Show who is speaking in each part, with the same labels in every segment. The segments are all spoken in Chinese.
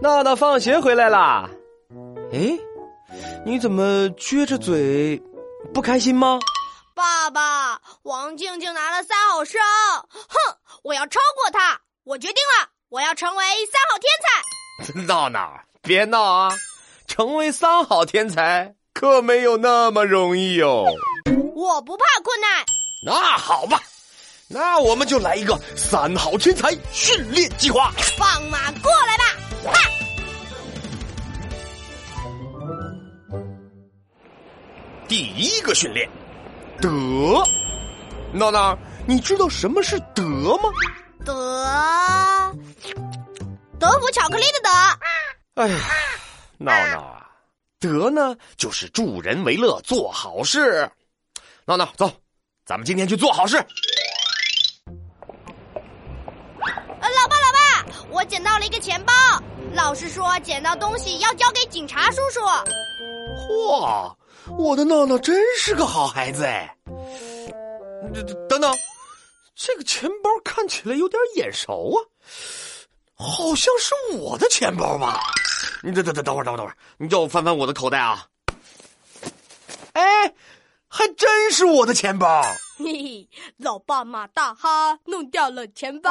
Speaker 1: 闹闹放学回来啦！哎，你怎么撅着嘴？不开心吗？
Speaker 2: 爸爸，王静静拿了三好生，哼，我要超过她！我决定了，我要成为三好天才。
Speaker 1: 闹闹，别闹啊！成为三好天才可没有那么容易哦。
Speaker 2: 我不怕困难，
Speaker 1: 那好吧，那我们就来一个三好天才训练计划。
Speaker 2: 放马过来吧！哈，
Speaker 1: 第一个训练，德。闹闹，你知道什么是德吗？
Speaker 2: 德德芙巧克力的德。
Speaker 1: 哎呀，闹闹啊，德呢就是助人为乐，做好事。闹闹，走，咱们今天去做好事。
Speaker 2: 呃，老爸，老爸，我捡到了一个钱包。老师说捡到东西要交给警察叔叔。
Speaker 1: 哇，我的闹闹真是个好孩子哎！这这等等，这个钱包看起来有点眼熟啊，好像是我的钱包吧？你等等等等会儿，等会儿，等会儿，你叫我翻翻我的口袋啊！哎，还真是我的钱包！
Speaker 2: 嘿嘿，老爸马大哈弄掉了钱包。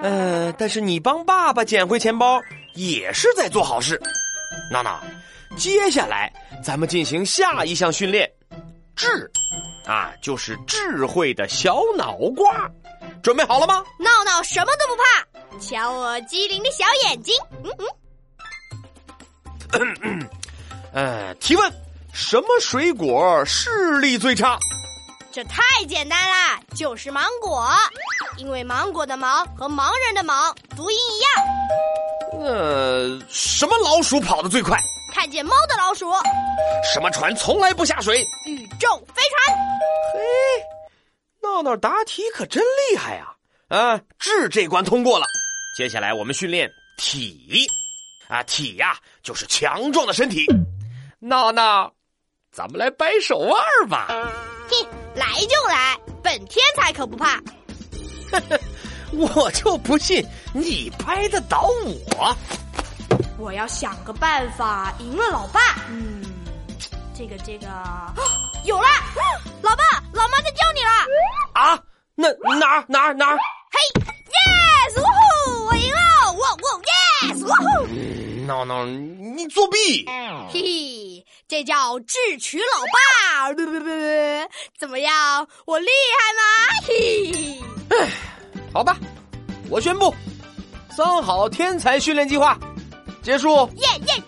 Speaker 1: 呃，但是你帮爸爸捡回钱包也是在做好事。娜娜，接下来咱们进行下一项训练，智，啊，就是智慧的小脑瓜，准备好了吗？
Speaker 2: 闹闹什么都不怕，瞧我机灵的小眼睛。嗯嗯，
Speaker 1: 呃，提问，什么水果视力最差？
Speaker 2: 这太简单啦，就是芒果，因为芒果的芒和盲人的盲读音一样。
Speaker 1: 呃，什么老鼠跑得最快？
Speaker 2: 看见猫的老鼠，
Speaker 1: 什么船从来不下水？
Speaker 2: 宇宙飞船。
Speaker 1: 闹闹答题可真厉害呀、啊！啊，智这关通过了，接下来我们训练体，啊，体呀、就是强壮的身体。闹闹，咱们来掰手腕吧。
Speaker 2: 哼，来就来，本天才可不怕。
Speaker 1: 我就不信你掰得倒我。
Speaker 2: 我要想个办法赢了老爸。嗯，这个这个， 有了！老爸，老妈在教你了。
Speaker 1: 啊，那哪儿哪儿哪儿？
Speaker 2: 嘿，yes，哇呼，我赢了！哇哇，yes，哇呼！
Speaker 1: 闹闹，你作弊！
Speaker 2: 嘿嘿，这叫智取老爸。怎么样，我厉害吗？嘿嘿。
Speaker 1: 好吧，我宣布，三好天才训练计划结束。
Speaker 2: 耶耶耶！